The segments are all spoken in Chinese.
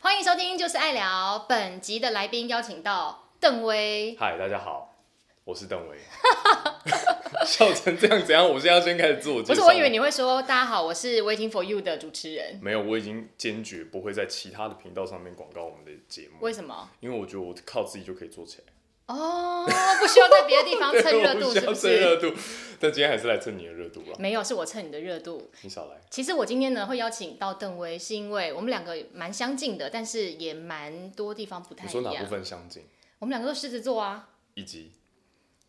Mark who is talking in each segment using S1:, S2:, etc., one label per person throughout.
S1: 欢迎收听，就是爱聊。本集的来宾邀请到邓威，
S2: 嗨，大家好，我是邓维。 笑成这样怎样？我现在要先开始自我介
S1: 不
S2: 绍。
S1: 是我以为你会说大家好，我是 Waiting for You 的主持人，
S2: 没有，我已经坚决不会在其他的频道上面广告我们的节目
S1: 为，什么？
S2: 因为我觉得我靠自己就可以做起来。
S1: 哦，不需要在别的地方蹭热度，
S2: 对
S1: 是哎不
S2: 我不需要蹭热
S1: 是？
S2: 度，但今天还是来蹭你的热度了。
S1: 没有，是我蹭你的热度。
S2: 你少来，
S1: 其实我今天呢会邀请到邓威，是因为我们两个蛮相近的，但是也蛮多地方不太
S2: 你
S1: 一
S2: 说哪部
S1: 样。
S2: 分相近？
S1: 我们两个都是狮子座啊，
S2: 一集，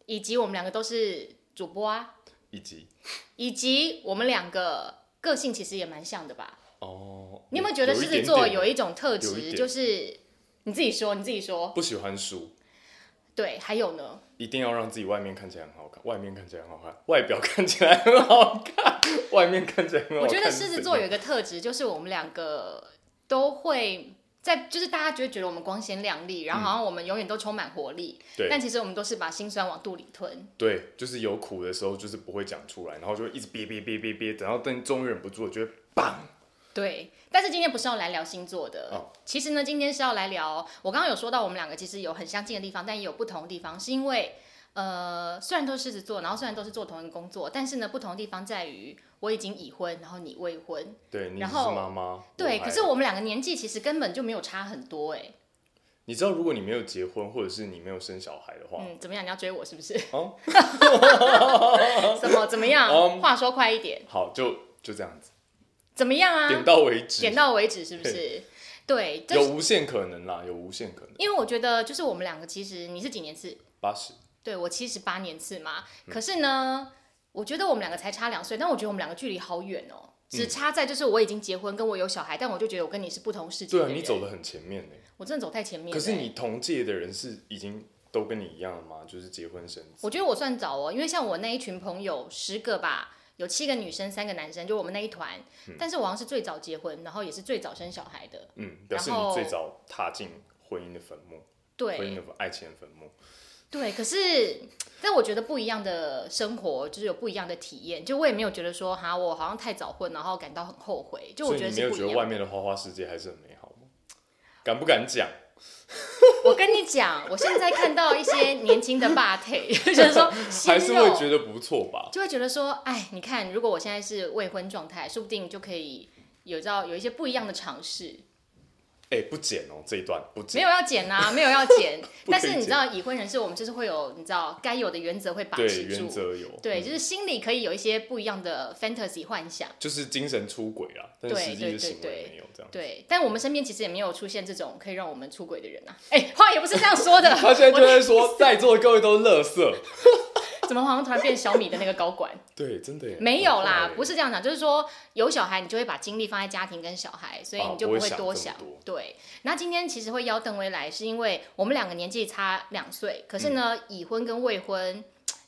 S1: 以及我们两个都是主播啊，
S2: 一集。
S1: 以及我们两个个性其实也蛮像的吧？
S2: 哦，
S1: 你有没有觉得
S2: 一
S1: 狮子
S2: 点
S1: 座
S2: 点
S1: 有一种特
S2: 有一
S1: 质，
S2: 点
S1: 就是你自己说，你自己说，
S2: 不喜欢输？
S1: 对，还有呢，
S2: 一定要让自己外面看起来很好看，外面看起来很好看，外表看起来很好看，外面看起来很好
S1: 我
S2: 看。
S1: 觉得狮子座
S2: 是怎样
S1: 有一个特质，就是我们两个都会在，就是大家就会觉得我们光鲜亮丽，然后好像我们永远都充满活力，
S2: 嗯对
S1: 但其实我们都是把辛酸往肚里吞。
S2: 对，就是有苦的时候就是不会讲出来，然后就会一直憋憋憋憋憋，等到等终于忍不住了，就会砰。
S1: 对，但是今天不是要来聊星座的。
S2: 哦
S1: 其实呢，今天是要来聊，我刚刚有说到我们两个其实有很相近的地方，但也有不同的地方，是因为呃，虽然都是狮子座，然后虽然都是做同一个工作，但是呢，不同的地方在于我已经已婚，然后你未婚。
S2: 对，你
S1: 然
S2: 是
S1: 后
S2: 妈妈。
S1: 对，
S2: 我
S1: 可
S2: 还
S1: 是我们两个年纪其实根本就没有差很多哎、
S2: 你知道，如果你没有结婚，或者是你没有生小孩的话，
S1: 嗯，怎么样？你要追我是不是？
S2: 哦
S1: 什么？怎么样？
S2: 嗯
S1: 话说快一点，
S2: 好，就就这样子，
S1: 怎么样啊？
S2: 点到为止，
S1: 点到为止是不是？对，就
S2: 有
S1: 是
S2: 无限可能啦，有无限可能。
S1: 因为我觉得就是我们两个其实你是几年次？
S2: 八十，
S1: 对我七十八年次嘛，
S2: 嗯
S1: 可是呢，我觉得我们两个才差两岁，但我觉得我们两个距离好远
S2: 嗯
S1: 哦，只差在就是我已经结婚，跟我有小孩，但我就觉得我跟你是不同世界
S2: 对
S1: 的
S2: 啊，你
S1: 人
S2: 走的很前面呢。
S1: 我真的走太前面了。欸
S2: 可是，你同届的人是已经都跟你一样了吗？就是结婚生子。
S1: 我觉得我算早哦，因为像我那一群朋友十个吧，有七个女生，三个男生，就我们那一团，但是我好像是最早结婚，然后也是最早生小孩的。
S2: 嗯，表示
S1: 然后
S2: 你最早踏进婚姻的坟墓，婚
S1: 对
S2: 姻的爱情的坟墓。
S1: 对，可是。但我觉得不一样的生活就是有不一样的体验，就我也没有觉得说哈，我好像太早婚，然后感到很后悔。就我
S2: 所以
S1: 觉得
S2: 你没
S1: 是
S2: 有
S1: 不一
S2: 觉
S1: 样
S2: 得
S1: 的。
S2: 外面的花花世界还是很美好吗？敢不敢讲？
S1: 我跟你讲，我现在看到一些年轻的霸 腿，就是说鲜
S2: 还是
S1: 肉
S2: 会觉得不错吧？
S1: 就会觉得说，哎，你看，如果我现在是未婚状态，说不定就可以有到有一些不一样的尝试。
S2: 哎、不剪哦，这一段不
S1: 没
S2: 剪。
S1: 有要剪 啊，没有要剪，
S2: 不可
S1: 但
S2: 以
S1: 是你知
S2: 剪
S1: 道，已婚人士我们就是会有，你知道该有的原则会把
S2: 对，
S1: 持
S2: 原
S1: 住。
S2: 则有。
S1: 对，
S2: 嗯
S1: 就是心里可以有一些不一样的 fantasy 幻想，
S2: 就是精神出轨啦，但
S1: 对
S2: 实际
S1: 对
S2: 的
S1: 对
S2: 行为
S1: 对
S2: 没有这样。
S1: 对。但我们身边其实也没有出现这种可以让我们出轨的人啊。哎，话也不是这样说 的。
S2: 他现在就
S1: 我
S2: 在说，在座的各位都乐色。
S1: 怎么好像突然变小米的那个高管？
S2: 对，真的耶
S1: 没有啦，不
S2: 是
S1: 是这样讲，就是说有小孩，你就会把精力放在家庭跟小孩，所以
S2: 哦
S1: 你就
S2: 不会
S1: 会
S2: 想
S1: 多
S2: 这么
S1: 想。
S2: 多
S1: 对，那今天其实会邀邓威来，是因为我们两个年纪差两岁，可是呢，
S2: 嗯
S1: 已婚跟未婚。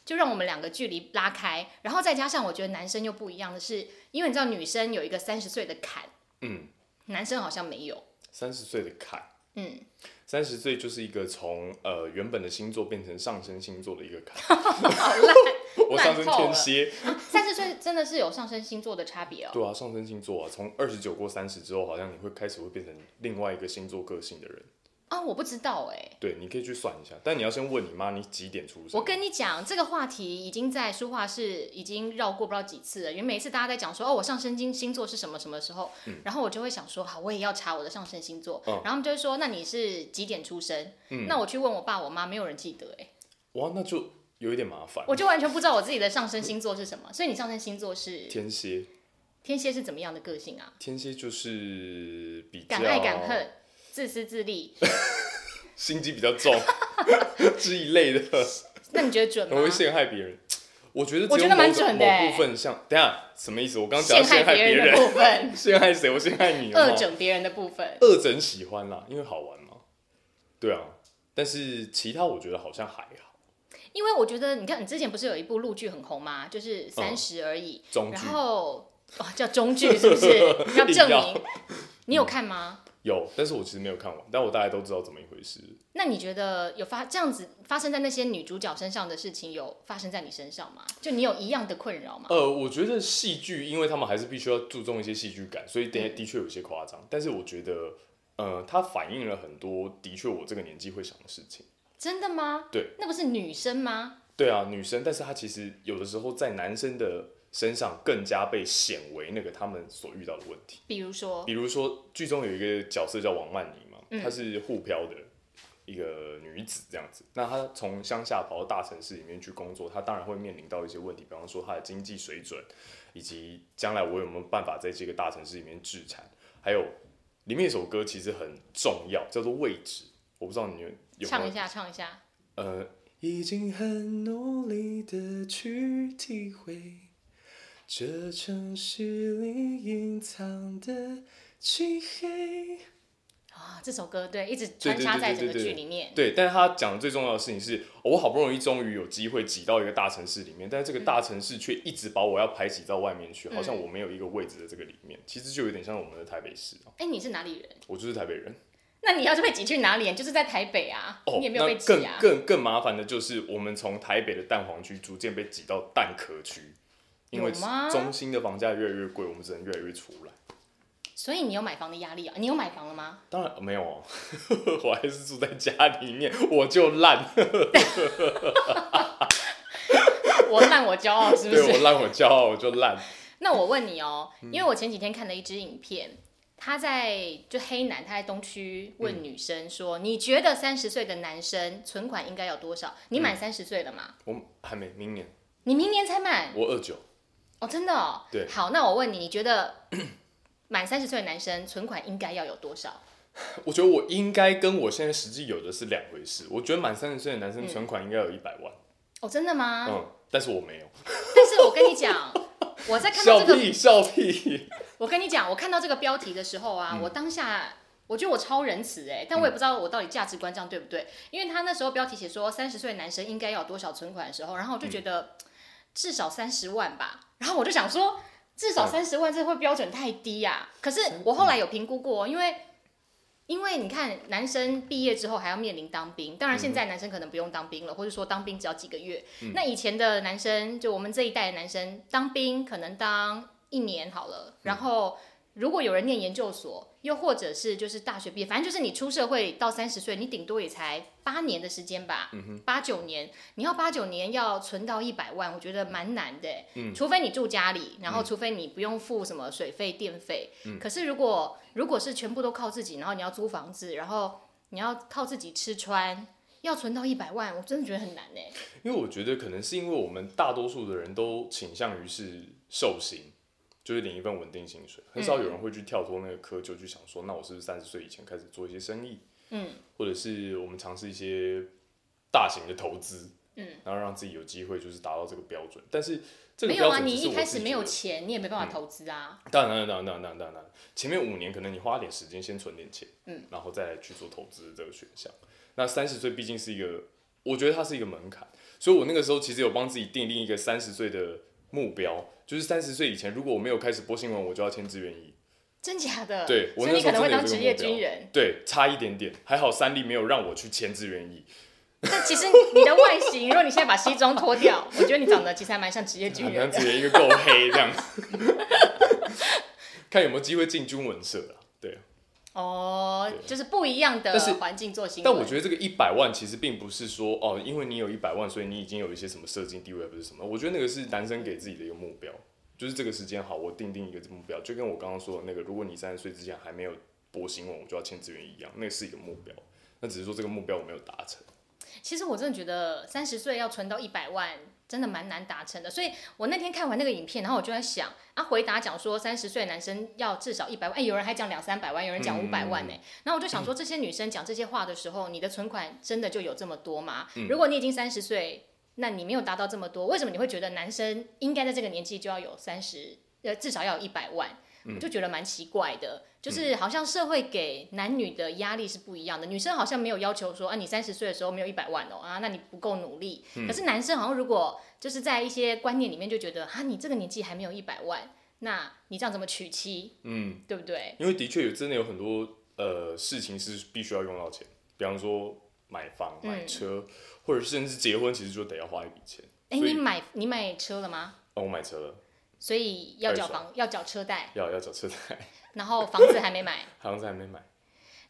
S1: 就让我们两个距离拉开，然后再加上我觉得男生又不一样的是，因为你知道女生有一个三十岁的坎，
S2: 嗯，
S1: 男生好像没有，
S2: 三十岁的坎，
S1: 嗯，
S2: 三十岁就是一个从呃原本的星座变成上升星座的一个 坎。
S1: 好烂，
S2: 我上升
S1: 烂透了
S2: 天蝎，
S1: 三十岁真的是有上升星座的差别哦。
S2: 对啊，上升星座啊，从二十九过三十之后，好像你会开始会变成另外一个星座个性的人。
S1: 哦，我不知道哎、
S2: 对，你可以去算一下，但你要先问你妈，你几点出生？
S1: 我跟你讲，这个话题已经在书画室已经绕过不知道几次了。因为每一次大家在讲说哦，我上升星星座是什么什么时候，
S2: 嗯
S1: 然后我就会想说，好，我也要查我的上升星座。
S2: 哦
S1: 然后他们就会说，那你是几点出生？
S2: 嗯
S1: 那我去问我爸我妈，没有人记得哎、
S2: 哇，那就有一点麻烦。
S1: 我就完全不知道我自己的上升星座是什么。 所以你上升星座是
S2: 天蝎，
S1: 天蝎是怎么样的个性啊？
S2: 天蝎就是哦比较
S1: 敢爱敢恨，自私自利。
S2: 心机比较重 这一类的，
S1: 那你觉得准吗
S2: 很？会陷害别人。我觉得
S1: 我
S2: 只
S1: 觉
S2: 有
S1: 得
S2: 某
S1: 蛮
S2: 种
S1: 准的欸
S2: 某部分像，等一下什么意思？我刚刚讲
S1: 陷害
S2: 到害
S1: 别人的
S2: 人，
S1: 部 分，
S2: 陷害谁？我陷害你了
S1: 恶
S2: 吗？
S1: 整别人的部分。
S2: 恶整喜欢啦，因为好玩嘛。对啊，但是其他我觉得好像还好。
S1: 因为我觉得，你看，你之前不是有一部陆剧很红吗？就是《三十而已》
S2: 中
S1: 然
S2: 剧
S1: 后哦叫中剧是不是？ 要证明你有看吗？
S2: 有，但是我其实没有看完，但我大概都知道怎么一回事。
S1: 那你觉得有发这样子发生在那些女主角身上的事情，有发生在你身上吗？就你有一样的困扰吗？
S2: 呃，我觉得戏剧，因为他们还是必须要注重一些戏剧感，所以的的确有些夸张。但是我觉得呃，它反映了很多的确我这个年纪会想的事情。
S1: 真的吗？
S2: 对，
S1: 那不是女生吗？
S2: 对啊，女生，但是她其实有的时候在男生的身上更加被显为那个他们所遇到的问题。
S1: 比如说，
S2: 比如说，剧中有一个角色叫王曼妮嘛，
S1: 嗯
S2: 她是沪漂的一个女子这样子。那她从乡下跑到大城市里面去工作，她当然会面临到一些问题，比方说她的经济水准，以及将来我有没有办法在这个大城市里面置产，还有里面一首歌其实很重要，叫做《位置》。我不知道你们有没
S1: 唱
S2: 有
S1: 一下，唱一下。
S2: 呃，已经很努力的去体会这城市里隐藏的漆黑。
S1: 啊，这首歌对，一直
S2: 对对
S1: 穿插
S2: 对
S1: 在
S2: 对
S1: 整个
S2: 对对
S1: 剧里面。
S2: 对，但是他讲的最重要的事情是，哦我好不容易终于有机会挤到一个大城市里面，但是这个大城市却一直把我要排挤到外面去，好像我没有一个位置在这个里面。其实就有点像我们的台北市啊，
S1: 哎，你是哪里人？
S2: 我就是台北人。
S1: 那你要是被挤去哪里？你就是在台北啊，
S2: 哦，
S1: 你也没有被
S2: 那
S1: 挤啊。
S2: 更更更麻烦的就是，我们从台北的蛋黄区逐渐被挤到蛋壳区，因为
S1: 有吗
S2: 中心的房价越来越贵，我们只能越来越出来。
S1: 所以你有买房的压力啊？你有买房了吗？
S2: 当然没有哦， 我还是住在家里面，我就烂，
S1: 我烂我骄傲 是不
S2: 对我
S1: 是？
S2: 烂，我骄傲，我就烂。
S1: 那我问你哦，
S2: 嗯
S1: 因为我前几天看了一支影片，他在就黑男他在东区
S2: 嗯
S1: 问女生说，你觉得三十岁的男生存款应该有多少？你
S2: 嗯
S1: 满三十岁了吗？
S2: 我还没明年，
S1: 你明年才满
S2: 我二九，
S1: 哦，真的哦。
S2: 对
S1: 好，那我问你，你觉得满三十岁的男生存款应该要有多少？
S2: 我觉得我应该跟我现在实际有的是两回事。我觉得满三十岁的男生
S1: 嗯
S2: 存款应该有一百万，
S1: 哦，真的吗？
S2: 嗯，但是我没有，
S1: 但是我跟你讲，我在看到这
S2: 笑
S1: 个，
S2: 屁笑屁，
S1: 我跟你讲，我看到这个标题的时候啊，我当下我觉得我超仁慈哎、但我也不知道我到底价值观这样对不对，因为他那时候标题写说三十岁男生应该要有多少存款的时候，然后我就觉得、至少三十万吧，然后我就想说至少
S2: 嗯
S1: 三十万这会标准太低呀、可是我后来有评估过，因为。因为你看，男生毕业之后还要面临当兵，当然现在男生可能不用当兵了，或者说当兵只要几个月。那以前的男生，就我们这一代的男生，当兵可能当一年好
S2: 嗯
S1: 了，然后如果有人念研究所，又或者是就是大学毕业，反正就是你出社会到三十岁，你顶多也才八年的时间吧，
S2: 嗯
S1: 八九、年，你要八九年要存到一百万，我觉得蛮难的欸、
S2: 嗯
S1: 除非你住家里，然后除非你不用付什么水费、电费，
S2: 嗯
S1: 可是如果如果是全部都靠自己，然后你要租房子，然后你要靠自己吃穿。要存到一百万，我真的觉得很难哎、
S2: 因为我觉得可能是因为我们大多数的人都倾向于是受薪，就是领一份稳定薪水，
S1: 嗯
S2: 很少有人会去跳脱那个窠臼，去想说，那我是不是三十岁以前开始做一些生意，
S1: 嗯，
S2: 或者是我们尝试一些大型的投资，
S1: 嗯，
S2: 然后让自己有机会就是达到这个标准。但是这个
S1: 没有
S2: 标
S1: 啊，
S2: 准
S1: 你
S2: 只是
S1: 一
S2: 我
S1: 开
S2: 自
S1: 始
S2: 己
S1: 没有
S2: 觉得嗯
S1: 钱，你也没办法投资啊。
S2: 当然，当然，当然，当然，当然，前面五年可能你花点时间先存点钱，
S1: 嗯，
S2: 然后再来去做投资的这个选项。那三十岁毕竟是一个，我觉得它是一个门槛，所以我那个时候其实有帮自己定定一个三十岁的目标，就是三十岁以前如果我没有开始播新闻，我就要签志愿役。
S1: 真假的？
S2: 对我
S1: 所以你
S2: 那时
S1: 可
S2: 候
S1: 能会
S2: 真的有
S1: 当
S2: 这
S1: 职
S2: 个
S1: 业
S2: 目标
S1: 军 人。
S2: 对，差一点点，还好三立没有让我去签志愿役，
S1: 但其实你的外形，如果你现在把西装脱掉，我觉得你长得其实还蛮像职业军
S2: 好像
S1: 人的。
S2: 只有一个够黑这样， 看有没有机会进军文社啦。对，
S1: 哦，
S2: 对
S1: 就是不一样的
S2: 但是
S1: 环境做新闻。
S2: 但我觉得这个一百万其实并不是说哦，因为你有一百万，所以你已经有一些什么社经地位不是什么。我觉得那个是男生给自己的一个目标，就是这个时间好，我定定一个目标，就跟我刚刚说的那个，如果你三十岁之前还没有播新闻，我就要签志愿一样，那个是一个目标。那只是说这个目标我没有达成。
S1: 其实我真的觉得三十岁要存到一百万，真的蛮难达成的。所以我那天看完那个影片，然后我就在想，啊，回答讲说三十岁男生要至少一百万，哎，有人还讲两三百万，有人讲五百万呢、然后我就想说，这些女生讲这些话的时候，你的存款真的就有这么多吗？如果你已经三十岁，那你没有达到这么多，为什么你会觉得男生应该在这个年纪就要有三十，呃，至少要有一百万？
S2: 嗯
S1: 我就觉得蛮奇怪的，就是好像社会给男女的压力是不一样的，女生好像没有要求说啊，你三十岁的时候没有一百万哦啊，那你不够努力。
S2: 嗯
S1: 可是男生好像如果就是在一些观念里面就觉得啊，你这个年纪还没有一百万，那你这样怎么娶妻？嗯，对不对？
S2: 因为的确有真的有很多呃事情是必须要用到钱，比方说买房、买车，或者甚至结婚，其实就得要花一笔钱。
S1: 哎，
S2: 所
S1: 你
S2: 以
S1: 买你买车了吗？
S2: 哦，我买车了，
S1: 所以要
S2: 二
S1: 缴
S2: 手
S1: 房要缴车贷，
S2: 要要找车贷，
S1: 然后房子还没买。
S2: 好像是还没买。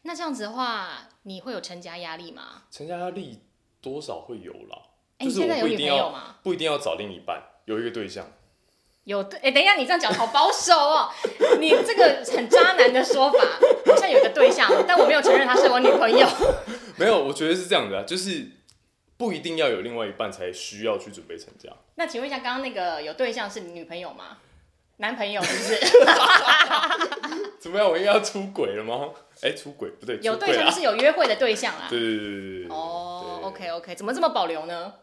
S1: 那这样子的话，你会有成家压力吗？
S2: 成家压力多少会有啦，
S1: 哎、
S2: 就
S1: 你
S2: 是
S1: 现在
S2: 我
S1: 有
S2: 不一
S1: 女
S2: 定
S1: 朋友
S2: 要
S1: 吗？
S2: 不一定要找另一半，有一个对象，
S1: 有对，哎、等一下，你这样讲好保守哦，你这个很渣男的说法，好像有个对象，但我没有承认她是我女朋友。
S2: 没有，我觉得是这样的啊，就是不一定要有另外一半才需要去准备成家。
S1: 那请问一下，刚刚那个有对象是你女朋友吗？男朋友是不 是？
S2: 怎么样？我应该要出轨了吗？哎、出轨不对，
S1: 有
S2: 出
S1: 对
S2: 轨
S1: 象就
S2: 啦。
S1: 是有约会的对象啦。
S2: 对对对对对对。
S1: 哦
S2: 对
S1: ，OK OK，怎么这么保留呢？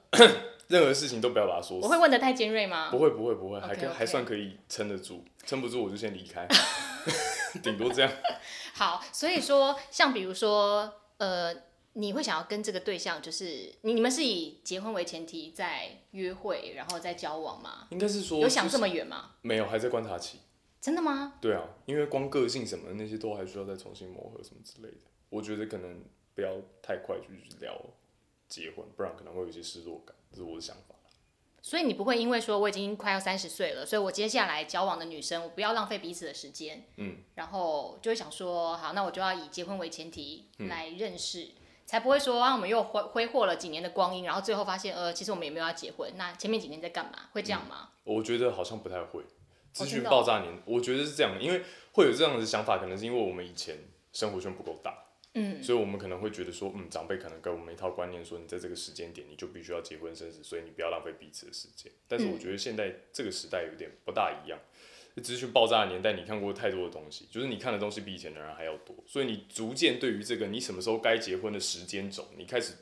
S2: 任何事情都不要把它说
S1: 我
S2: 死。
S1: 会问的太尖锐吗
S2: 不？会不会不会，还
S1: OK，
S2: 跟
S1: OK
S2: 还算可以撑得住，撑不住我就先离 开，顶多这样。
S1: 好，所以说，像比如说，呃，你会想要跟这个对象，就是你你们是以结婚为前提在约会，然后再交往吗？
S2: 应该是说
S1: 有想
S2: 就是
S1: 这么远吗？
S2: 没有，还在观察期。
S1: 真的吗？
S2: 对啊，因为光个性什么的那些都还需要再重新磨合什么之类的。我觉得可能不要太快去聊结婚，不然可能会有一些失落感，这是我的想法。
S1: 所以你不会因为说我已经快要三十岁了，所以我接下来交往的女生，我不要浪费彼此的时间，
S2: 嗯，
S1: 然后就会想说，好，那我就要以结婚为前提
S2: 嗯
S1: 来认识，才不会说啊，我们又挥挥霍了几年的光阴，然后最后发现，呃，其实我们也没有要结婚，那前面几年在干嘛？会这
S2: 嗯
S1: 样吗？
S2: 我觉得好像不太会。资
S1: 真
S2: 讯
S1: 的哦
S2: 爆炸年，我觉得是这样的，因为会有这样的想法，可能是因为我们以前生活圈不够大，
S1: 嗯，
S2: 所以我们可能会觉得说，嗯，长辈可能给我们一套观念，说你在这个时间点你就必须要结婚生子，所以你不要浪费彼此的时间。但
S1: 嗯
S2: 是我觉得现在这个时代有点不大一样，资讯爆炸的年代，你看过太多的东西，就是你看的东西比以前的人还要多，所以你逐渐对于这个你什么时候该结婚的时间轴，你开始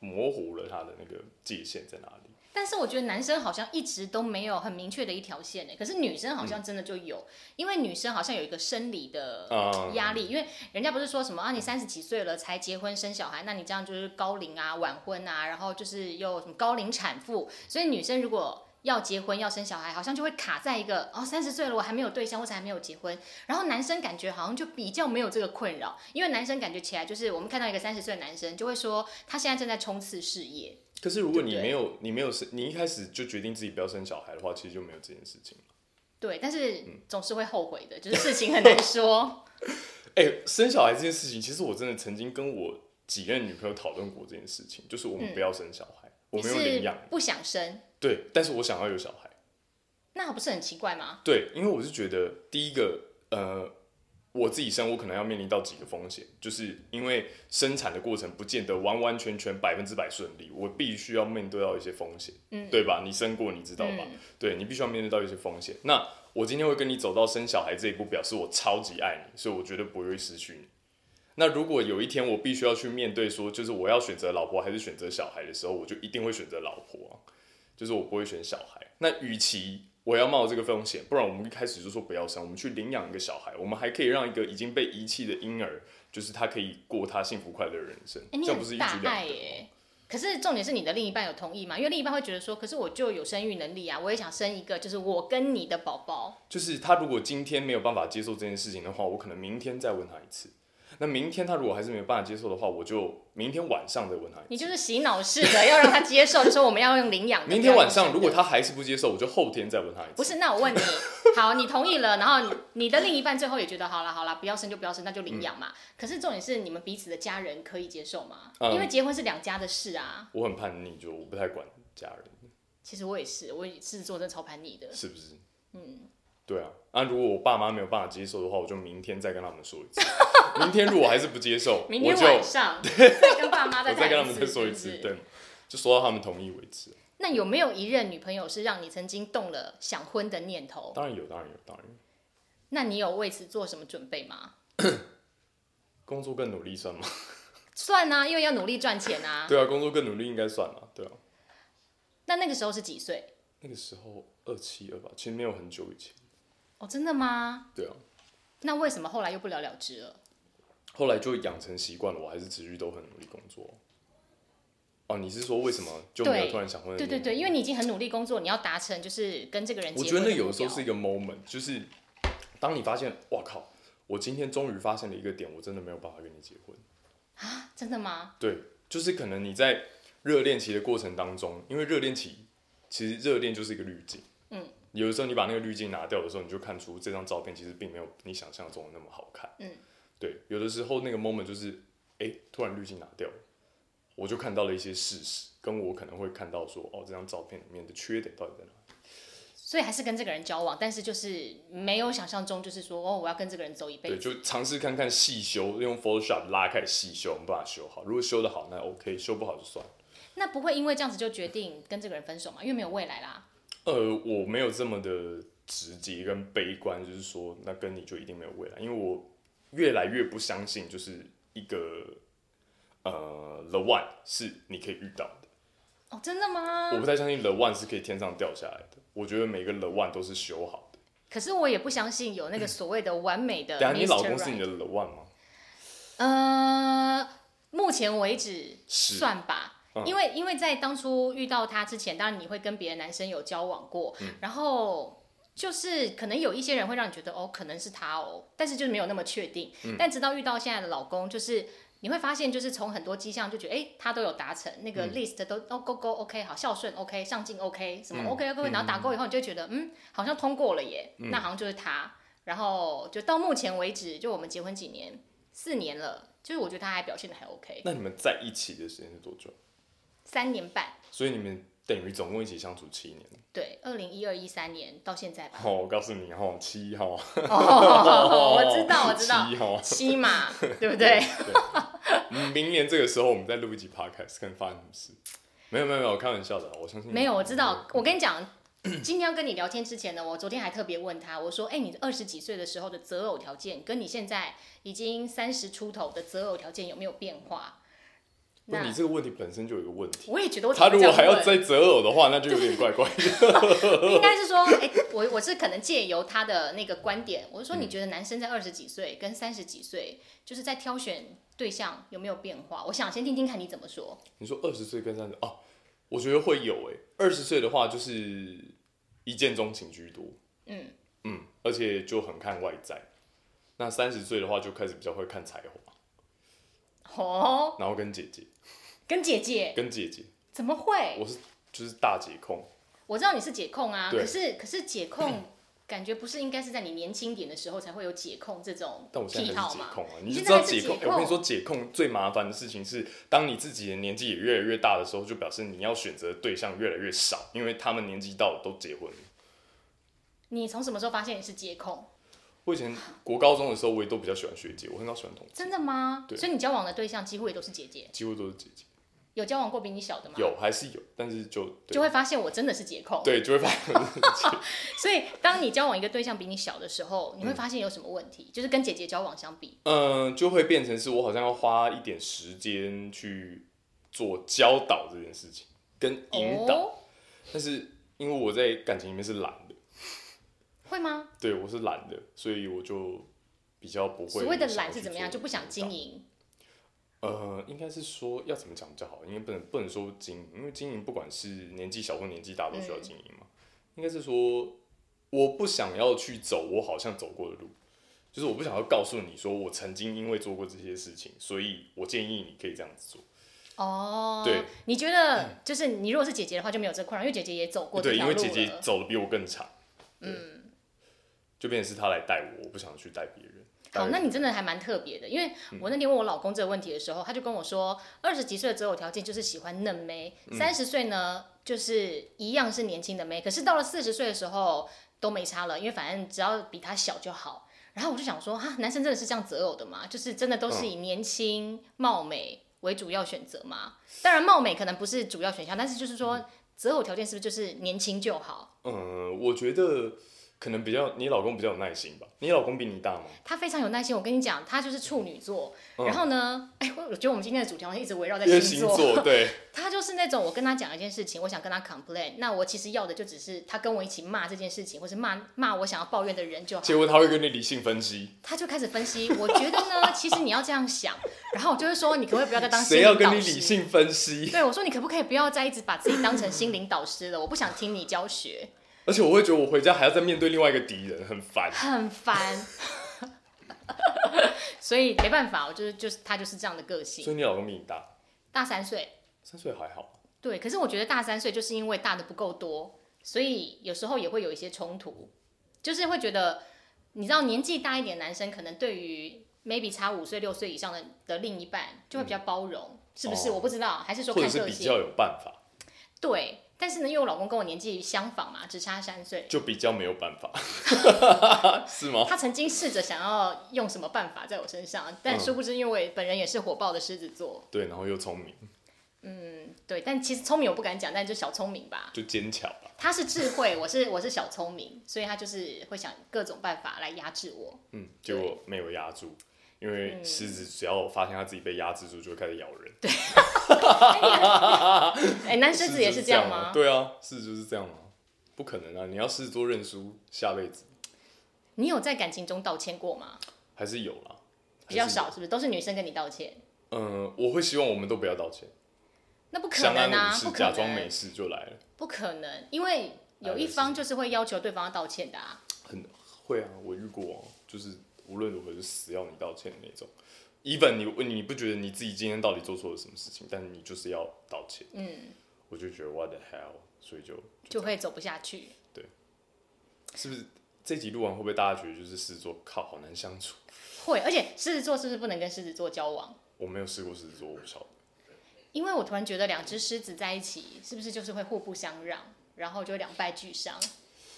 S2: 模糊了它的那个界限在哪里。
S1: 但是我觉得男生好像一直都没有很明确的一条线欸诶，可是女生好像真的就有，因为女生好像有一个生理的
S2: 嗯啊
S1: 压力，因为人家不是说什么啊，你三十几岁了才结婚生小孩，那你这样就是高龄啊、晚婚啊，然后就是又什么高龄产妇，所以女生如果要结婚要生小孩，好像就会卡在一个哦，三十岁了我还没有对象，或者还没有结婚。然后男生感觉好像就比较没有这个困扰，因为男生感觉起来就是我们看到一个三十岁的男生，就会说他现在正在冲刺事业，
S2: 可是如果你
S1: 对不对
S2: 没有你没有生，你一开始就决定自己不要生小孩的话，其实就没有这件事情。
S1: 对，但是总是会后悔的，就是事情很难说。
S2: 哎、生小孩这件事情，其实我真的曾经跟我几任女朋友讨论过这件事情，就是我们不要生小孩， 我
S1: 你
S2: 没有领
S1: 嗯是
S2: 养，
S1: 不想生，
S2: 对，但是我想要有小孩，
S1: 那不是很奇怪吗？
S2: 对，因为我是觉得第一个，呃，我自己生我可能要面临到几个风险，就是因为生产的过程不见得完完全全百分之百顺利，我必须要面对到一些风险，
S1: 嗯
S2: 对吧？你生过，你知道吧？
S1: 嗯
S2: 对你必须要面对到一些风险。那我今天会跟你走到生小孩这一步，表示我超级爱你，所以我绝对不会失去你。那如果有一天我必须要去面对说，就是我要选择老婆还是选择小孩的时候，我就一定会选择老婆啊，就是我不会选小孩。那与其我要冒这个风险，不然我们一开始就说不要生，我们去领养一个小孩，我们还可以让一个已经被遗弃的婴儿，就是他可以过他幸福快乐的人生，
S1: 哎、
S2: 这
S1: 你
S2: 样不是
S1: 很
S2: 一举
S1: 大
S2: 两
S1: 爱
S2: 得
S1: 耶、
S2: 吗？
S1: 可是重点是你的另一半有同意吗？因为另一半会觉得说，可是我就有生育能力啊，我也想生一个，就是我跟你的宝宝。
S2: 就是他如果今天没有办法接受这件事情的话，我可能明天再问他一次。那明天他如果还是没有办法接受的话，我就明天晚上再问他一次。
S1: 你就是洗脑式的，要让他接受，就说我们要用领养的。
S2: 明
S1: 不要
S2: 天
S1: 用
S2: 晚上
S1: 生
S2: 如果
S1: 的
S2: 他还是不接受，我就后天再问他一次。
S1: 不是，那我问你，好，你同意了，然后你你的另一半最后也觉得好了好了，不要生就不要生，那就领养嘛。可是重点是你们彼此的家人可以接受吗？
S2: 嗯
S1: 因为结婚是两家的事啊。
S2: 我很叛逆，就我不太管家人，
S1: 其实我也是，我也是做真的超叛逆的。
S2: 是不是？
S1: 嗯，
S2: 对啊，那、如果我爸妈没有办法接受的话，我就明天再跟他们说一次。 明天如果还是不接受，
S1: 明天
S2: 我就
S1: 晚 上再跟爸妈
S2: 我
S1: 再
S2: 再跟他
S1: 谈
S2: 们再说一
S1: 是
S2: 次，
S1: 不是
S2: 对，就说到他们同意为止。
S1: 那有没有一任女朋友是让你曾经动了想婚的念头？
S2: 当然有，当然有，当然有。
S1: 那你有为此做什么准备吗？
S2: 工作更努力算吗？
S1: 算啊，因为要努力赚钱啊。
S2: 对啊，工作更努力应该算嘛，对啊。
S1: 那那个时候是几岁？
S2: 那个时候二七二吧，其实没有很久以前。
S1: 哦，真的吗？
S2: 对啊，
S1: 那为什么后来又不了了之了？
S2: 后来就养成习惯了，我还是持续都很努力工作。哦，你是说为什么就没有
S1: 对
S2: 突然想婚？
S1: 对对对，因为你已经很努力工作，你要达成就是跟这个人
S2: 我
S1: 结
S2: 觉
S1: 婚
S2: 得
S1: 的
S2: 那有的时候
S1: 目
S2: 是
S1: 标
S2: 一个 moment，就是当你发现，哇靠，我今天终于发现了一个点，我真的没有办法跟你结婚。
S1: 真的吗？
S2: 对，就是可能你在热恋期的过程当中，因为热恋期其实热恋就是一个滤镜，
S1: 嗯，
S2: 有的时候你把那个滤镜拿掉的时候，你就看出这张照片其实并没有你想象中的那么好看，
S1: 嗯，
S2: 对，有的时候那个 moment 就是，哎、突然滤镜拿掉了，我就看到了一些事实，跟我可能会看到说，哦，这张照片里面的缺点到底在哪？
S1: 所以还是跟这个人交往，但是就是没有想象中，就是说哦，我要跟这个人走一辈
S2: 对，
S1: 子。
S2: 就尝试看看细修，用 Photoshop 拉开细修，我们把它修好。如果修得好，那 OK；修不好就算了。
S1: 那不会因为这样子就决定跟这个人分手嘛？因为没有未来啦。
S2: 呃，我没有这么的直接跟悲观，就是说，那跟你就一定没有未来，因为我越来越不相信，就是一个呃 the one 是你可以遇到的，
S1: 哦，真的吗
S2: 我？不太相信 the one 是可以天上掉下来的。我觉得每个 the one 都是修好的。
S1: 可是我也不相信有那个所谓的完美的 Mr.
S2: 嗯等
S1: 呃 Right。
S2: 下，你老公是你的 the one 吗？
S1: 呃，目前为止
S2: 是
S1: 算吧。
S2: 嗯
S1: 因为因为在当初遇到他之前，当然你会跟别的男生有交往过，
S2: 嗯
S1: 然后就是可能有一些人会让你觉得哦，可能是他哦，但是就是没有那么确定。
S2: 嗯
S1: 但直到遇到现在的老公，就是你会发现，就是从很多迹象就觉得，哎，他都有达成那个 list 都、哦勾勾 OK 好，孝顺 OK，上进 OK，什么 OK OK，、然后打勾以后，你就觉得嗯，好像通过了耶，那好像就是他。然后就到目前为止，就我们结婚几年，四年了，就是我觉得他还表现的还 OK，
S2: 那你们在一起的时间是多久？
S1: 三年半，
S2: 所以你们等于总共一起相处七年。
S1: 对，二零一二一三年到现在吧。
S2: 哦，我告诉你哦，七哈，
S1: 哦，我知道，我知道，
S2: 七哦哈。
S1: 七嘛，对不对？
S2: 嗯明年这个时候我们再录一集 podcast，看发生什么事。没有没有没有，我开玩笑的，我相信你
S1: 没有，我知道，我跟你讲。今天要跟你聊天之前呢，我昨天还特别问他，我说：“哎、你二十几岁的时候的择偶条件，跟你现在已经三十出头的择偶条件有没有变化？”
S2: 不
S1: 那
S2: 你这个问题本身就有一个问题。
S1: 我也觉得我
S2: 他
S1: 怎
S2: 如
S1: 么这样
S2: 果还
S1: 问
S2: 要再择偶的话，那就有点怪 怪。
S1: 应该是说，哎、我我是可能借由他的那个观点，我是
S2: 嗯
S1: 说，你觉得男生在二十几岁跟三十几岁，就是在挑选对象有没有变化？我想先听听看你怎么说。
S2: 你说二十岁跟三十哦，我觉得会有诶、二十岁的话就是一见钟情居多，
S1: 嗯
S2: 嗯，而且就很看外在。那三十岁的话就开始比较会看才华，
S1: 哦，
S2: 然后跟姐姐，
S1: 跟姐姐
S2: 跟姐姐，
S1: 怎么会？
S2: 我是就是大姐控，
S1: 我知道你是解控啊，
S2: 对
S1: 可是可是解控感觉不是应该是在你年轻点的时候才会有解控这种
S2: 但我现
S1: 癖
S2: 在还
S1: 好
S2: 是解
S1: 吗？
S2: 控啊，
S1: 你
S2: 你
S1: 现
S2: 就知
S1: 在
S2: 道
S1: 还是
S2: 解控。
S1: 解
S2: 哎我跟
S1: 控
S2: 你说，解控最麻烦的事情是，当你自己的年纪也越来越大的时候，就表示你要选择的对象越来越少，因为他们年纪到了都结婚了。
S1: 你从什么时候发现你是解控？
S2: 我以前国高中的时候，我也都比较喜欢学姐，我很少喜欢同，
S1: 真的吗？
S2: 对
S1: 所以你交往的对象几乎也都是姐姐，
S2: 几乎都是姐姐。
S1: 有交往过比你小的吗？，
S2: 有还是有，但是就对
S1: 就会发现我真的是解控。
S2: 对就会发现
S1: 所以，当你交往一个对象比你小的时候，你会发现有什么问题？就是跟姐姐交往相比，
S2: 嗯，就会变成是我好像要花一点时间去做教导这件事情跟引导，
S1: 哦，
S2: 但是因为我在感情里面是懒的。
S1: 会吗？
S2: 对我是懒的，所以我就比较不会。
S1: 所谓的懒是怎么样？就不想经
S2: 营？
S1: 营。
S2: 呃，应该是说要怎么讲比较好，因为不能不能说经营，因为经营不管是年纪小或年纪大都需
S1: 嗯
S2: 要经营嘛。应该是说我不想要去走我好像走过的路，就是我不想要告诉你说我曾经因为做过这些事情，所以我建议你可以这样子做。
S1: 哦，
S2: 对，嗯
S1: 你觉得就是你如果是姐姐的话就没有这困扰，因为姐姐也走过这
S2: 对，因
S1: 条路
S2: 为
S1: 了。
S2: 姐姐走的比我更长，嗯，就变成是她来带我，我不想去带别人。
S1: 好，那你真的还蛮特别的，因为我那天问我老公这个问题的时候，他就跟我说，二十几岁的择偶条件就是喜欢嫩妹，三十岁呢就是一样是年轻的妹，可是到了四十岁的时候都没差了，因为反正只要比他小就好。然后我就想说，哈，男生真的是这样择偶的吗？就是真的都是以年轻貌美为主要选择吗？当然，貌美可能不是主要选项，但是就是说择偶条件是不是就是年轻就好？
S2: 嗯，我觉得可能比较你老公比较有耐心吧。你老公比你大吗？
S1: 他非常有耐心，我跟你讲，他就是处女座。然后呢， 哎，我我觉得我们今天的主题好像一直围绕在
S2: 嗯因为
S1: 星
S2: 星座 对，
S1: 他就是那种我跟他讲一件事情，我想跟他 complain，那我其实要的就只是他跟我一起骂这件事情，或是骂骂我想要抱怨的人就好。
S2: 结果他会跟你理性分析，
S1: 他就开始分析，我觉得呢， 其实你要这样想，然后我就会说，你可不可以不要再当心
S2: 谁
S1: 灵
S2: 要
S1: 导师？
S2: 跟你理性分析？
S1: 对我说，你可不可以不要再一直把自己当成心灵导师了？我不想听你教学，
S2: 而且我会觉得我回家还要再面对另外一个敌人，很烦。
S1: 很烦。 所以没办法，我就是就是他就是这样的个性，
S2: 所以你老公比你大
S1: 大三岁。
S2: 三岁还好，
S1: 对，可是我觉得大三岁就是因为大的不够多，所以有时候也会有一些冲突，就是会觉得，你知道年纪大一点的男生可能对于 maybe 差五岁六岁以上的的另一半就会比较包容，是不是？
S2: 嗯哦
S1: 我不知道，还是说
S2: 或者
S1: 看
S2: 是
S1: 个
S2: 比
S1: 性
S2: 较？有办法，
S1: 对，但是呢，因为我老公跟我年纪相仿嘛，只差三岁，
S2: 就比较没有办法， 是吗？
S1: 他曾经试着想要用什么办法在我身上，
S2: 嗯
S1: 但殊不知，因为我也本人也是火爆的狮子座，
S2: 对，然后又聪明，
S1: 嗯，对，但其实聪明我不敢讲，但就小聪明吧。
S2: 就坚强吧。
S1: 他是智慧，我是我是小聪明，所以他就是会想各种办法来压制我。
S2: 嗯，结果没有压住，因为
S1: 嗯
S2: 狮子只要发现它自己被压制住，就会开始咬人。对，
S1: 哎、男狮子也
S2: 是
S1: 是这样吗？
S2: 对啊，狮子就是这样吗？不可能啊！你要狮子座认输，下辈子
S1: 你有在感情中道歉过吗？
S2: 还是有啦，
S1: 比较
S2: 还是有。
S1: 少，是不是？都是女生跟你道歉？
S2: 嗯、我会希望我们都不要道歉，
S1: 那不可
S2: 相安
S1: 能啊
S2: 无，事
S1: 不，可
S2: 假装没
S1: 能，
S2: 事就来了，
S1: 不可能，因为有一方就是会要求对方要道歉的啊。
S2: 很会啊，我遇过、啊，就是无论如何就死要你道歉的那种。even 你你不觉得你自己今天到底做错了什么事情，但你就是要道歉，
S1: 嗯，
S2: 我就觉得 what the hell，所以就
S1: 就会走不下去。
S2: 是不是这集录完会不会大家觉得就是狮子座靠好难相处？
S1: 会，而且狮子座是不是不能跟狮子座交往？
S2: 我没有试过狮子座，我不晓得。
S1: 因为我突然觉得两只狮子在一起，是不是就是会互不相让，然后就两败俱伤？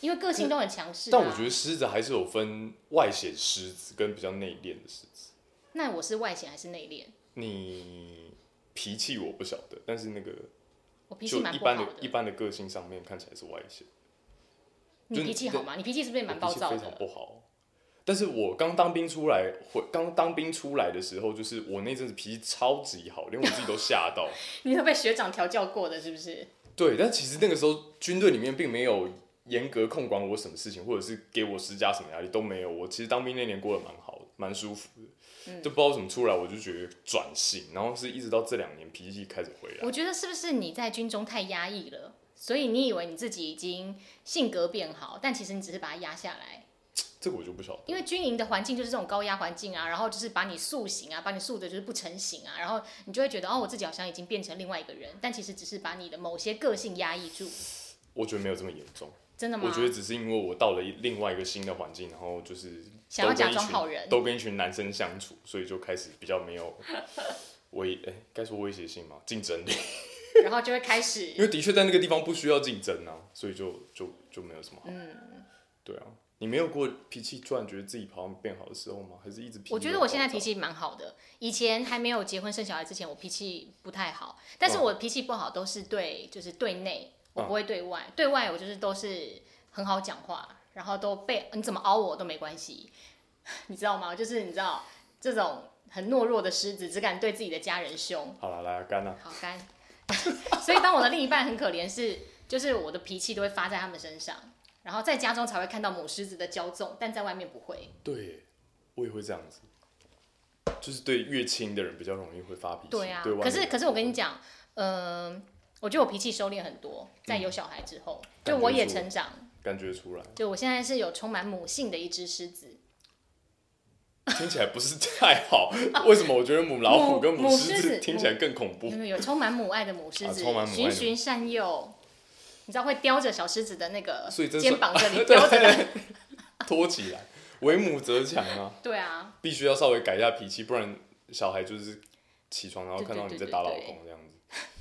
S1: 因为个性都很强势、啊。
S2: 但我觉得，狮子还是有分外显狮子跟比较内敛的狮子。
S1: 那我是外显还是内敛？
S2: 你脾气我不晓得，但是那个
S1: 我脾
S2: 就
S1: 气蛮
S2: 一
S1: 不
S2: 般
S1: 好
S2: 的一般的个性上面看起来是外显，
S1: 你脾气好吗？你脾气是不是也
S2: 我
S1: 蛮
S2: 脾
S1: 暴
S2: 气
S1: 躁
S2: 非常
S1: 的？
S2: 不好。但是我刚当兵出来，回刚当兵出来的时候，就是我那阵子脾气超级好，连我自己都吓到。
S1: 你是被学长调教过的，是不是？
S2: 对，但其实那个时候军队里面并没有严格控管我什么事情，或者是给我施加什么压力都没有。我其实当兵那年过得蛮好的，蛮舒服的。
S1: 嗯
S2: 就不知道怎么出来，我就觉得转性，然后是一直到这两年脾气开始回来。
S1: 我觉得是不是你在军中太压抑了，所以你以为你自己已经性格变好，但其实你只是把它压下来。
S2: 这个我就不晓得。
S1: 因为军营的环境就是这种高压环境啊，然后就是把你塑形啊，把你塑的就是不成形啊，然后你就会觉得哦，我自己好像已经变成另外一个人，但其实只是把你的某些个性压抑住，
S2: 我觉得没有这么严重，
S1: 真的吗？
S2: 我觉得只是因为我到了一另外一个新的环境，然后就是
S1: 想要
S2: 都跟
S1: 假
S2: 一
S1: 装
S2: 群
S1: 好人
S2: 都跟一群男生相处，所以就开始比较没有 威，哎、该说威胁性吗？竞争力，
S1: 然后就会开
S2: 因
S1: 始，
S2: 为的确在那个地方不需要竞争啊，所以就就就没有什么好。
S1: 嗯
S2: 对啊，你没有过脾气突然觉得自己好像变好的时候吗？还是一直脾气？
S1: 我觉得我现在脾。气蛮好的，以前还没有结婚生小孩之前，我脾气不太好，但是我脾气不好都是对，就是对内，我不会对外，对外我就是都是很好讲话，然后都被你怎么凹我都没关系， 你知道吗？就是你知道这种很懦弱的狮子，只敢对自己的家人凶，
S2: 好了，来啊干啊！
S1: 好干。 所以当我的另一半很可怜是，就是我的脾气都会发在他们身上，然后在家中才会看到母狮子的骄纵，但在外面不会。
S2: 对耶，我也会这样子，就是对越亲的人比较容易会发脾气。
S1: 对啊，
S2: 外面
S1: 可是
S2: 的
S1: 可是我跟你讲，嗯、我觉得我脾气收敛很多，
S2: 嗯
S1: 在有小孩之后，就我也成长，
S2: 感觉出来，
S1: 就我现在是有充满母性的一只狮子。
S2: 听起来不是太好。为什么我觉得母老虎跟
S1: 母 啊母
S2: 狮
S1: 狮子嗯
S2: 听起来更恐怖
S1: 有？没有有充满母爱的母狮
S2: 哦啊
S1: 子
S2: 充满，母爱
S1: 循
S2: 的
S1: 循善诱，你知道会叼着小狮子的那个
S2: 所以这是
S1: 肩膀这里
S2: 对
S1: 叼着的，
S2: 拖起来，为母则强啊。
S1: 对啊，
S2: 必须要稍微改一下脾气，不然小孩就是起床然后
S1: 对对
S2: 看到你在打老公这样子。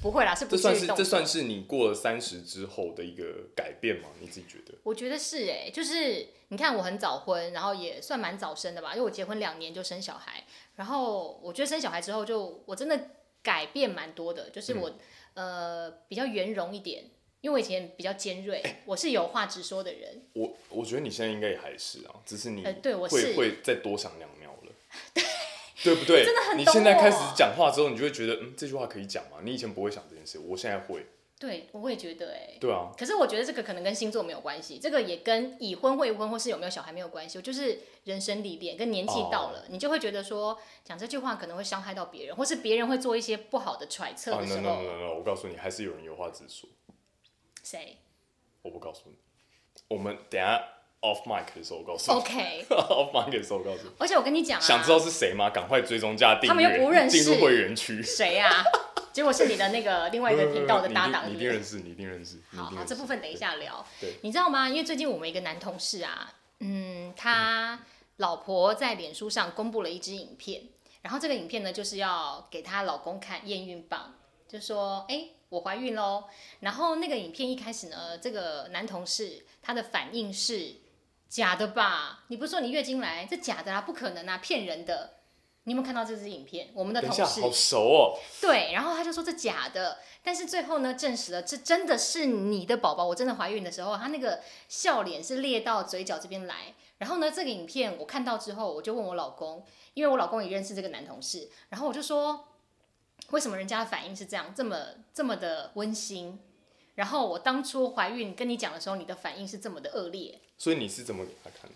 S1: 不会啦，是不
S2: 这
S1: 至
S2: 算
S1: 于
S2: 是
S1: 动
S2: 这
S1: 手。
S2: 算是你过了三十之后的一个改变吗？你自己觉得？
S1: 我觉得是哎、就是你看我很早婚，然后也算蛮早生的吧，因为我结婚两年就生小孩，然后我觉得生小孩之后就我真的改变蛮多的，就是我、
S2: 嗯
S1: 呃比较圆融一点，因为我以前比较尖锐，
S2: 哎
S1: 我是有话直说的人，
S2: 我我觉得你现在应该也还是啊，只是你
S1: 呃对我
S2: 会
S1: 是
S2: 会再多想两秒 了。对不对？
S1: 真的很懂我
S2: 你现在开始讲话之后，你就会觉得，嗯，这句话可以讲吗？你以前不会想这件事，我现在会。
S1: 对我也觉得哎、
S2: 对啊，
S1: 可是我觉得这个可能跟星座没有关系，这个也跟已婚未婚或是有没有小孩没有关系，就是人生历练跟年纪
S2: 哦
S1: 到了，你就会觉得说讲这句话可能会伤害到别人，或是别人会做一些不好的揣测
S2: 啊
S1: 的时
S2: ，no
S1: 候，
S2: no no no，no，我告诉你，还是有人有话直说，
S1: 谁
S2: 我不告诉你。我们等一下 off mic 的时候我告诉你
S1: ？OK，
S2: ，off mic 的时候我告诉你。
S1: 而且我跟你讲啊，
S2: 想知道是谁吗？赶快追踪加订阅，
S1: 他们又不认识
S2: 进入会员区。
S1: 谁啊？结果是你的那个另外一个频道的搭档，
S2: 你一定你一定认识，你一定认识。你
S1: 好
S2: 一定
S1: 好，
S2: 认识
S1: 这部分等一下聊
S2: 嗯对对。
S1: 你知道吗？因为最近我们一个男同事啊，嗯，他老婆在脸书上公布了一支影片，然后这个影片呢就是要给她老公看验孕棒，就说哎、诶我怀孕喽。然后那个影片一开始呢，这个男同事他的反应是假的吧？你不是说你月经来，这假的啊，不可能啊，骗人的。你有没有看到这支影片？我们的
S2: 等
S1: 同
S2: 一下，
S1: 事
S2: 好熟哦，
S1: 对，然后他就说这假的，但是最后呢证实了这真的是你的宝宝，我真的怀孕的时候，他那个笑脸是裂到嘴角这边来。然后呢，这个影片我看到之后，我就问我老公，因为我老公也认识这个男同事，然后我就说，为什么人家的反应是这样，这么这么的温馨？然后我当初怀孕跟你讲的时候，你的反应是这么的恶劣。
S2: 所以你是怎么给他看的？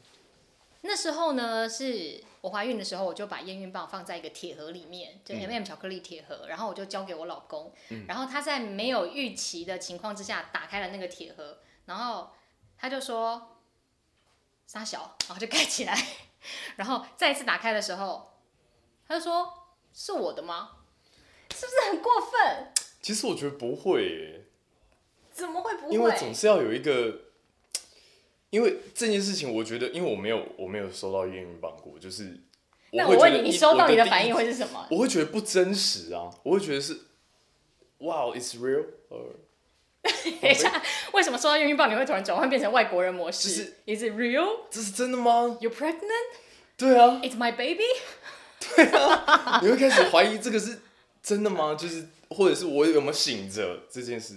S1: 那时候呢，是我怀孕的时候，我就把验孕棒放在一个铁盒里面，
S2: 嗯
S1: 就 M、m 巧克力铁盒，然后我就交给我老公，然后他在没有预期的情况之下打开了那个铁盒，然后他就说“傻小”，然后就盖起来，然后再一次打开的时候，他就说“是我的吗？”是不是很过分？
S2: 其实我觉得不会耶，
S1: 怎么会不
S2: 因为总
S1: 会？
S2: 是要有一个，因为这件事情，我觉得，因为我没有我没有收到验孕棒过，就是
S1: 那我
S2: 会觉
S1: 问
S2: 得
S1: 你，你
S2: 一
S1: 收到你的反，应
S2: 我
S1: 会
S2: 第
S1: 是什么？
S2: 一我会觉得不真实啊，我会觉得是，Wow, it's real，or
S1: 等一下，为什么收到验孕棒你会突然转换变成外国人模式、
S2: 就是
S1: i s it real？
S2: 这是真的吗？
S1: You pregnant?
S2: 对啊，
S1: It's my baby.
S2: 你会开始怀疑这个是真的吗？就是或者是我有没有醒着这件事，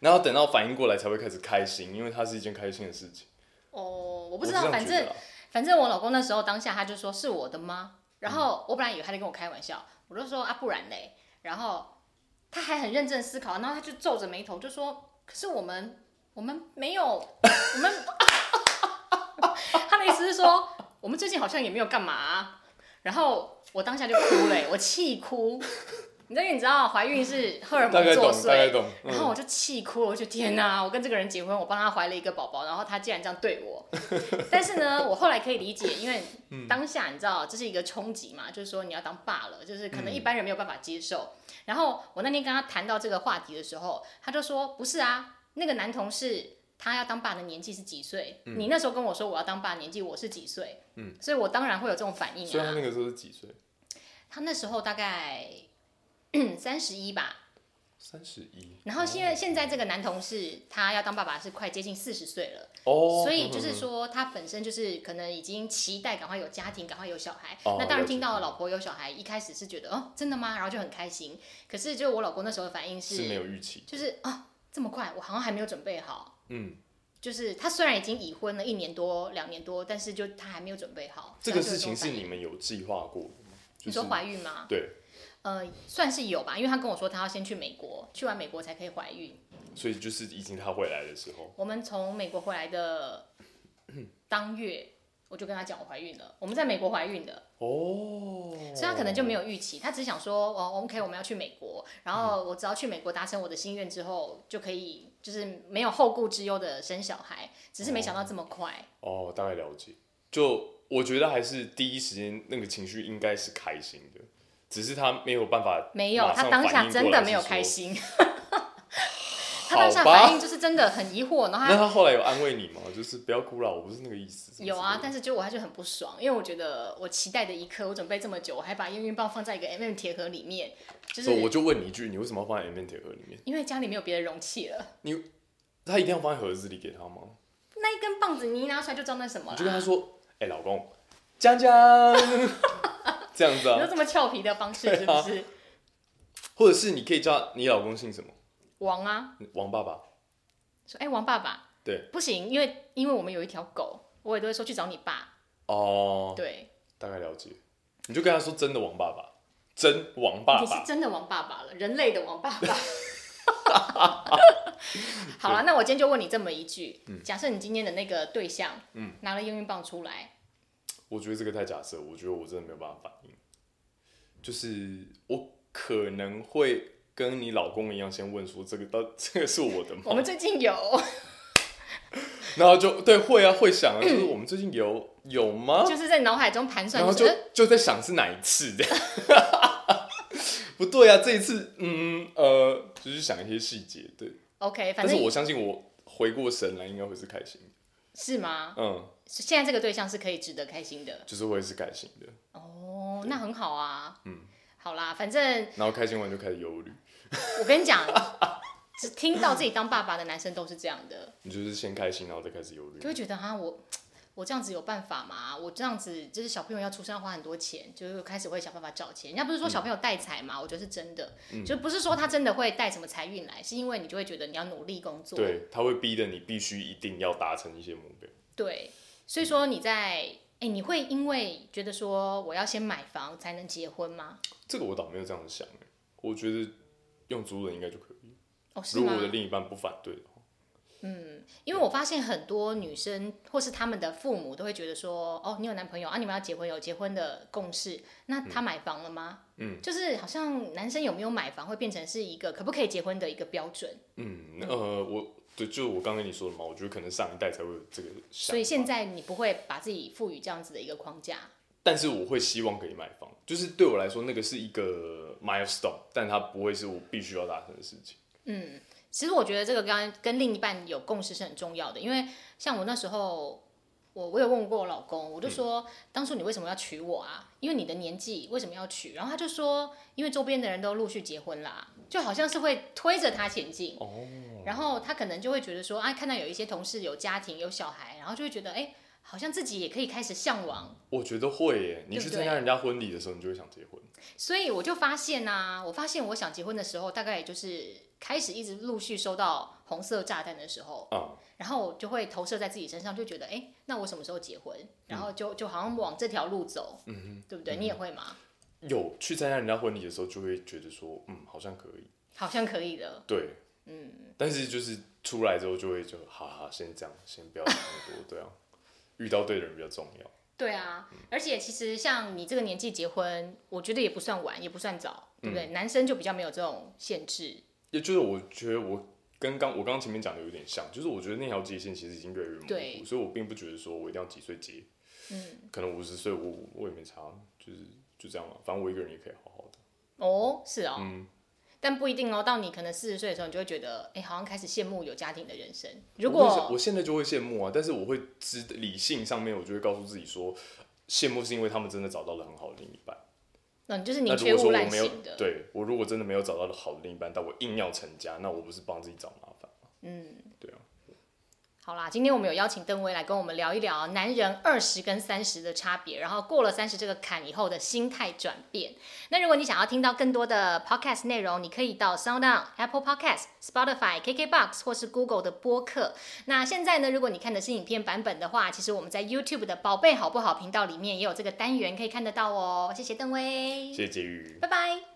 S2: 然后等到反应过来才会开始开心，因为它是一件开心的事情。
S1: 哦，我
S2: 我
S1: 不知
S2: 是
S1: 道，
S2: 这样
S1: 反
S2: 觉得啊
S1: 正
S2: 啦
S1: 反正我老公那时候当下他就说是我的吗？然后我本来以为他在跟我开玩笑，我就说啊不然嘞，然后他还很认真思考，然后他就皱着眉头就说，可是我们我们没有，我们 他的意思是说我们最近好像也没有干嘛啊、然后我当下就哭了欸，我气哭，你知道因为你知道怀孕是荷尔
S2: 大
S1: 蒙
S2: 概
S1: 作
S2: 懂，大概
S1: 祟，
S2: 懂。嗯
S1: 然后我就气哭了，我就天哪！我跟这个人结婚，我帮他怀了一个宝宝，然后他竟然这样对我。但是呢，我后来可以理解，因为当下你知道这是一个冲击嘛，就是说你要当爸了，就是可能一般人没有办法接受。然后我那天跟他谈到这个话题的时候，他就说：“不是啊，那个男同事他要当爸的年纪是几岁？你那时候跟我说我要当爸的年纪，我是几岁？嗯，所以我当然会有这种反应
S2: 所以他
S1: 啊。
S2: 那个时候是几岁？
S1: 他那时候大概三十一吧，
S2: 三十一。
S1: 然后
S2: 哦
S1: 现在现在这个男同事他要当爸爸是快接近四十岁了，
S2: 哦，
S1: 所以就是
S2: 嗯，
S1: 说他本身就是可能已经期待赶快有家庭，赶快有小孩。
S2: 哦
S1: 那当然
S2: 了解
S1: 听到老婆有小孩，一开始是觉得哦真的吗？然后就很开心。可是就我老公那时候的反应
S2: 嗯是没有预期。
S1: 就是啊这么快，我好像还没有准备好。
S2: 嗯，
S1: 就是他虽然已经已婚了一年多、两年多，但是就他还没有准备好。
S2: 这个
S1: 所以
S2: 事
S1: 他就有
S2: 情
S1: 种
S2: 是
S1: 反应
S2: 你们有计划过的吗？就
S1: 你
S2: 是
S1: 说怀孕吗？
S2: 对，
S1: 呃，算是有吧，因为他跟我说他要先去美国，去完美国才可以怀孕。
S2: 所以就是已经他回来的时候，
S1: 我们从美国回来的当月，我就跟他讲我怀孕了，我们在美国怀孕的，
S2: 哦，
S1: 所以他可能就没有预期，他只想说哦，OK，我们要去美国，然后
S2: 嗯
S1: 我只要去美国达成我的心愿之后，就可以就是没有后顾之忧的生小孩，只是没想到这么快。
S2: 哦，大概了解。就我觉得还是第一时间那个情绪应该是开心的，只是他没有办法，
S1: 没有，他当下真的没有开。心，他当下
S2: 好吧
S1: 反应就是真的很疑惑，然后
S2: 那
S1: 他
S2: 他后来有安慰你吗？就是不要哭了，我不是那个意思。
S1: 有啊，
S2: 但
S1: 但是就我还是很不爽，因为我觉得我期待的一刻，我准备这么久，我还把验孕棒放在一个 MM 铁盒里面，就是啊
S2: 所以我就问你一句，你为什么要放在 M N 铁盒里面？
S1: 因为家里没有别的容器了，
S2: 他一定要放在盒子里给他吗？
S1: 那一根哎棒子你一拿出来就知道那什么
S2: 你
S1: 了。
S2: 就跟他说，哎、老公，江江，这样子
S1: 你就
S2: 啊，
S1: 这么俏皮的方式是不是？
S2: 或者是你可以叫你老公姓什么？
S1: 王啊，
S2: 王爸爸。
S1: 说哎、王爸爸，
S2: 对，
S1: 不行，因为因为我们有一条狗，我也都会说去找你爸。
S2: 哦，
S1: 对，
S2: 大概了解。你就跟他说真的王爸爸，真王爸
S1: 你是
S2: 爸。
S1: 真的王爸爸了，人类的王爸爸。 好了，那我今天就问你这么一句：
S2: 嗯
S1: 假设你今天的那个对象，嗯，拿了验孕棒出来，
S2: 我觉得这个太假设，我觉得我真的没有办法反应。就是我可能会跟你老公一样，先问说这个到 这个是我的吗？
S1: 我们最近有，
S2: 然后就对会啊会想啊，就是我们最近有有吗？
S1: 嗯就是在脑海中盘算，
S2: 然后
S1: 就
S2: 就是
S1: 呃
S2: 就在想是哪一次 这样。不对啊，这一次，嗯呃，就是想一些细节，对。
S1: OK，反
S2: 但是
S1: 正
S2: 我相信我回过神来，应该会是开心的。
S1: 是吗？
S2: 嗯，
S1: 现在这个对象是可以值得开心的。
S2: 就是我也是开心的，
S1: 哦，那很好啊。嗯，好啦，反正
S2: 然后开心完就开始忧虑，
S1: 我跟你讲，只听到自己当爸爸的男生都是这样的，
S2: 你就是先开心，然后再开始忧虑
S1: 就。会觉得哈，我我这样子有办法吗？我这样子就是小朋友要出生要花很多钱，就是开始会想办法找钱。人家不是说小朋友带财嘛，我觉得是真的，
S2: 嗯
S1: 就不是说他真的会带什么财运来，是因为你就会觉得你要努力工作。
S2: 对，他会逼得你必须一定要达成一些目标。
S1: 对，所以说你在。哎、你会因为觉得说我要先买房才能结婚吗？
S2: 这个我倒没有这样想、欸，我觉得用租人应该就可以。
S1: 哦，是
S2: 如
S1: 吗？
S2: 果我的另一半不反对的话，
S1: 因为我发现很多女生或是她们的父母都会觉得说，哦，你有男朋友啊，你们要结婚有结婚的共识，那他买房了吗？嗯，就是好像男生有没有买房会变成是一个可不可以结婚的一个标准，
S2: 嗯，那呃，我对，就是我刚跟你说的嘛，我觉得可能上一代才会有这个想法。
S1: 所以现在你不会把自己赋予这样子的一个框架。
S2: 但是我会希望可以买房，就是对我来说，那个是一个 milestone，但它不会是我必须要达成的事情。
S1: 其实我觉得这个跟跟另一半有共识是很重要的，因为像我那时候，我我有问过我老公，我就说、当初你为什么要娶我啊？因为你的年纪为什么要娶？然后他就说，因为周边的人都陆续结婚啦，就好像是会推着他前进。
S2: 哦，
S1: 然后他可能就会觉得说，啊，看到有一些同事有家庭有小孩，然后就会觉得，哎，好像自己也可以开始向往
S2: 我觉得会耶，你去
S1: 对不对
S2: 参加人家婚礼的时候，你就会想结婚。
S1: 所以我就发现呐、我发现我想结婚的时候，大概也就是开始一直陆续收到红色炸弹的时候，
S2: 嗯
S1: 然后我就会投射在自己身上，就觉得，哎、那我什么时候结婚？然后就就好像往这条路走，对不对？你也会吗？
S2: 有去参加人家婚礼的时候，就会觉得说，嗯，好像可以。
S1: 好像可以的，
S2: 对，嗯，但是就是出来之后就会就哈哈，先这样，先不要想那么多，对啊，遇到对的人比较重要。
S1: 对啊。而且其实像你这个年纪结婚，我觉得也不算晚，也不算早，对不对？男生就比较没有这种限制，
S2: 也就是我觉得我跟刚我刚刚前面讲的有点像，就是我觉得那条界限其实已经越来越模
S1: 对
S2: 糊，所以我并不觉得说我一定要几岁结，嗯，可能五十岁我我也没差，就是就这样嘛，反正我一个人也可以好好的。
S1: 哦，是哦，但不一定哦。到你可能四十岁的时候，你就会觉得，哎、好像开始羡慕有家庭的人生。如
S2: 我会想
S1: 果
S2: 我现在就会羡慕啊，但是我会知理性上面，我就会告诉自己说，羡慕是因为他们真的找到了很好的另一半。
S1: 那嗯你就是宁
S2: 那如
S1: 缺
S2: 果说
S1: 毋
S2: 我
S1: 滥
S2: 没有
S1: 型的，
S2: 对我如果真的没有找到好的另一半，但我硬要成家，那我不是帮自己找麻烦吗？嗯，对啊，
S1: 好啦，今天我们有邀请邓威来跟我们聊一聊男人二十跟三十的差别，然后过了三十这个坎以后的心态转变。那如果你想要听到更多的 podcast 内容，你可以到 Sound On、Apple Podcast、Spotify、KKBox 或是 Google 的播客。那现在呢，如果你看的是影片版本的话，其实我们在 YouTube 的“宝贝好不好”频道里面也有这个单元可以看得到哦。谢谢邓威，
S2: 谢谢婕妤。
S1: 拜拜。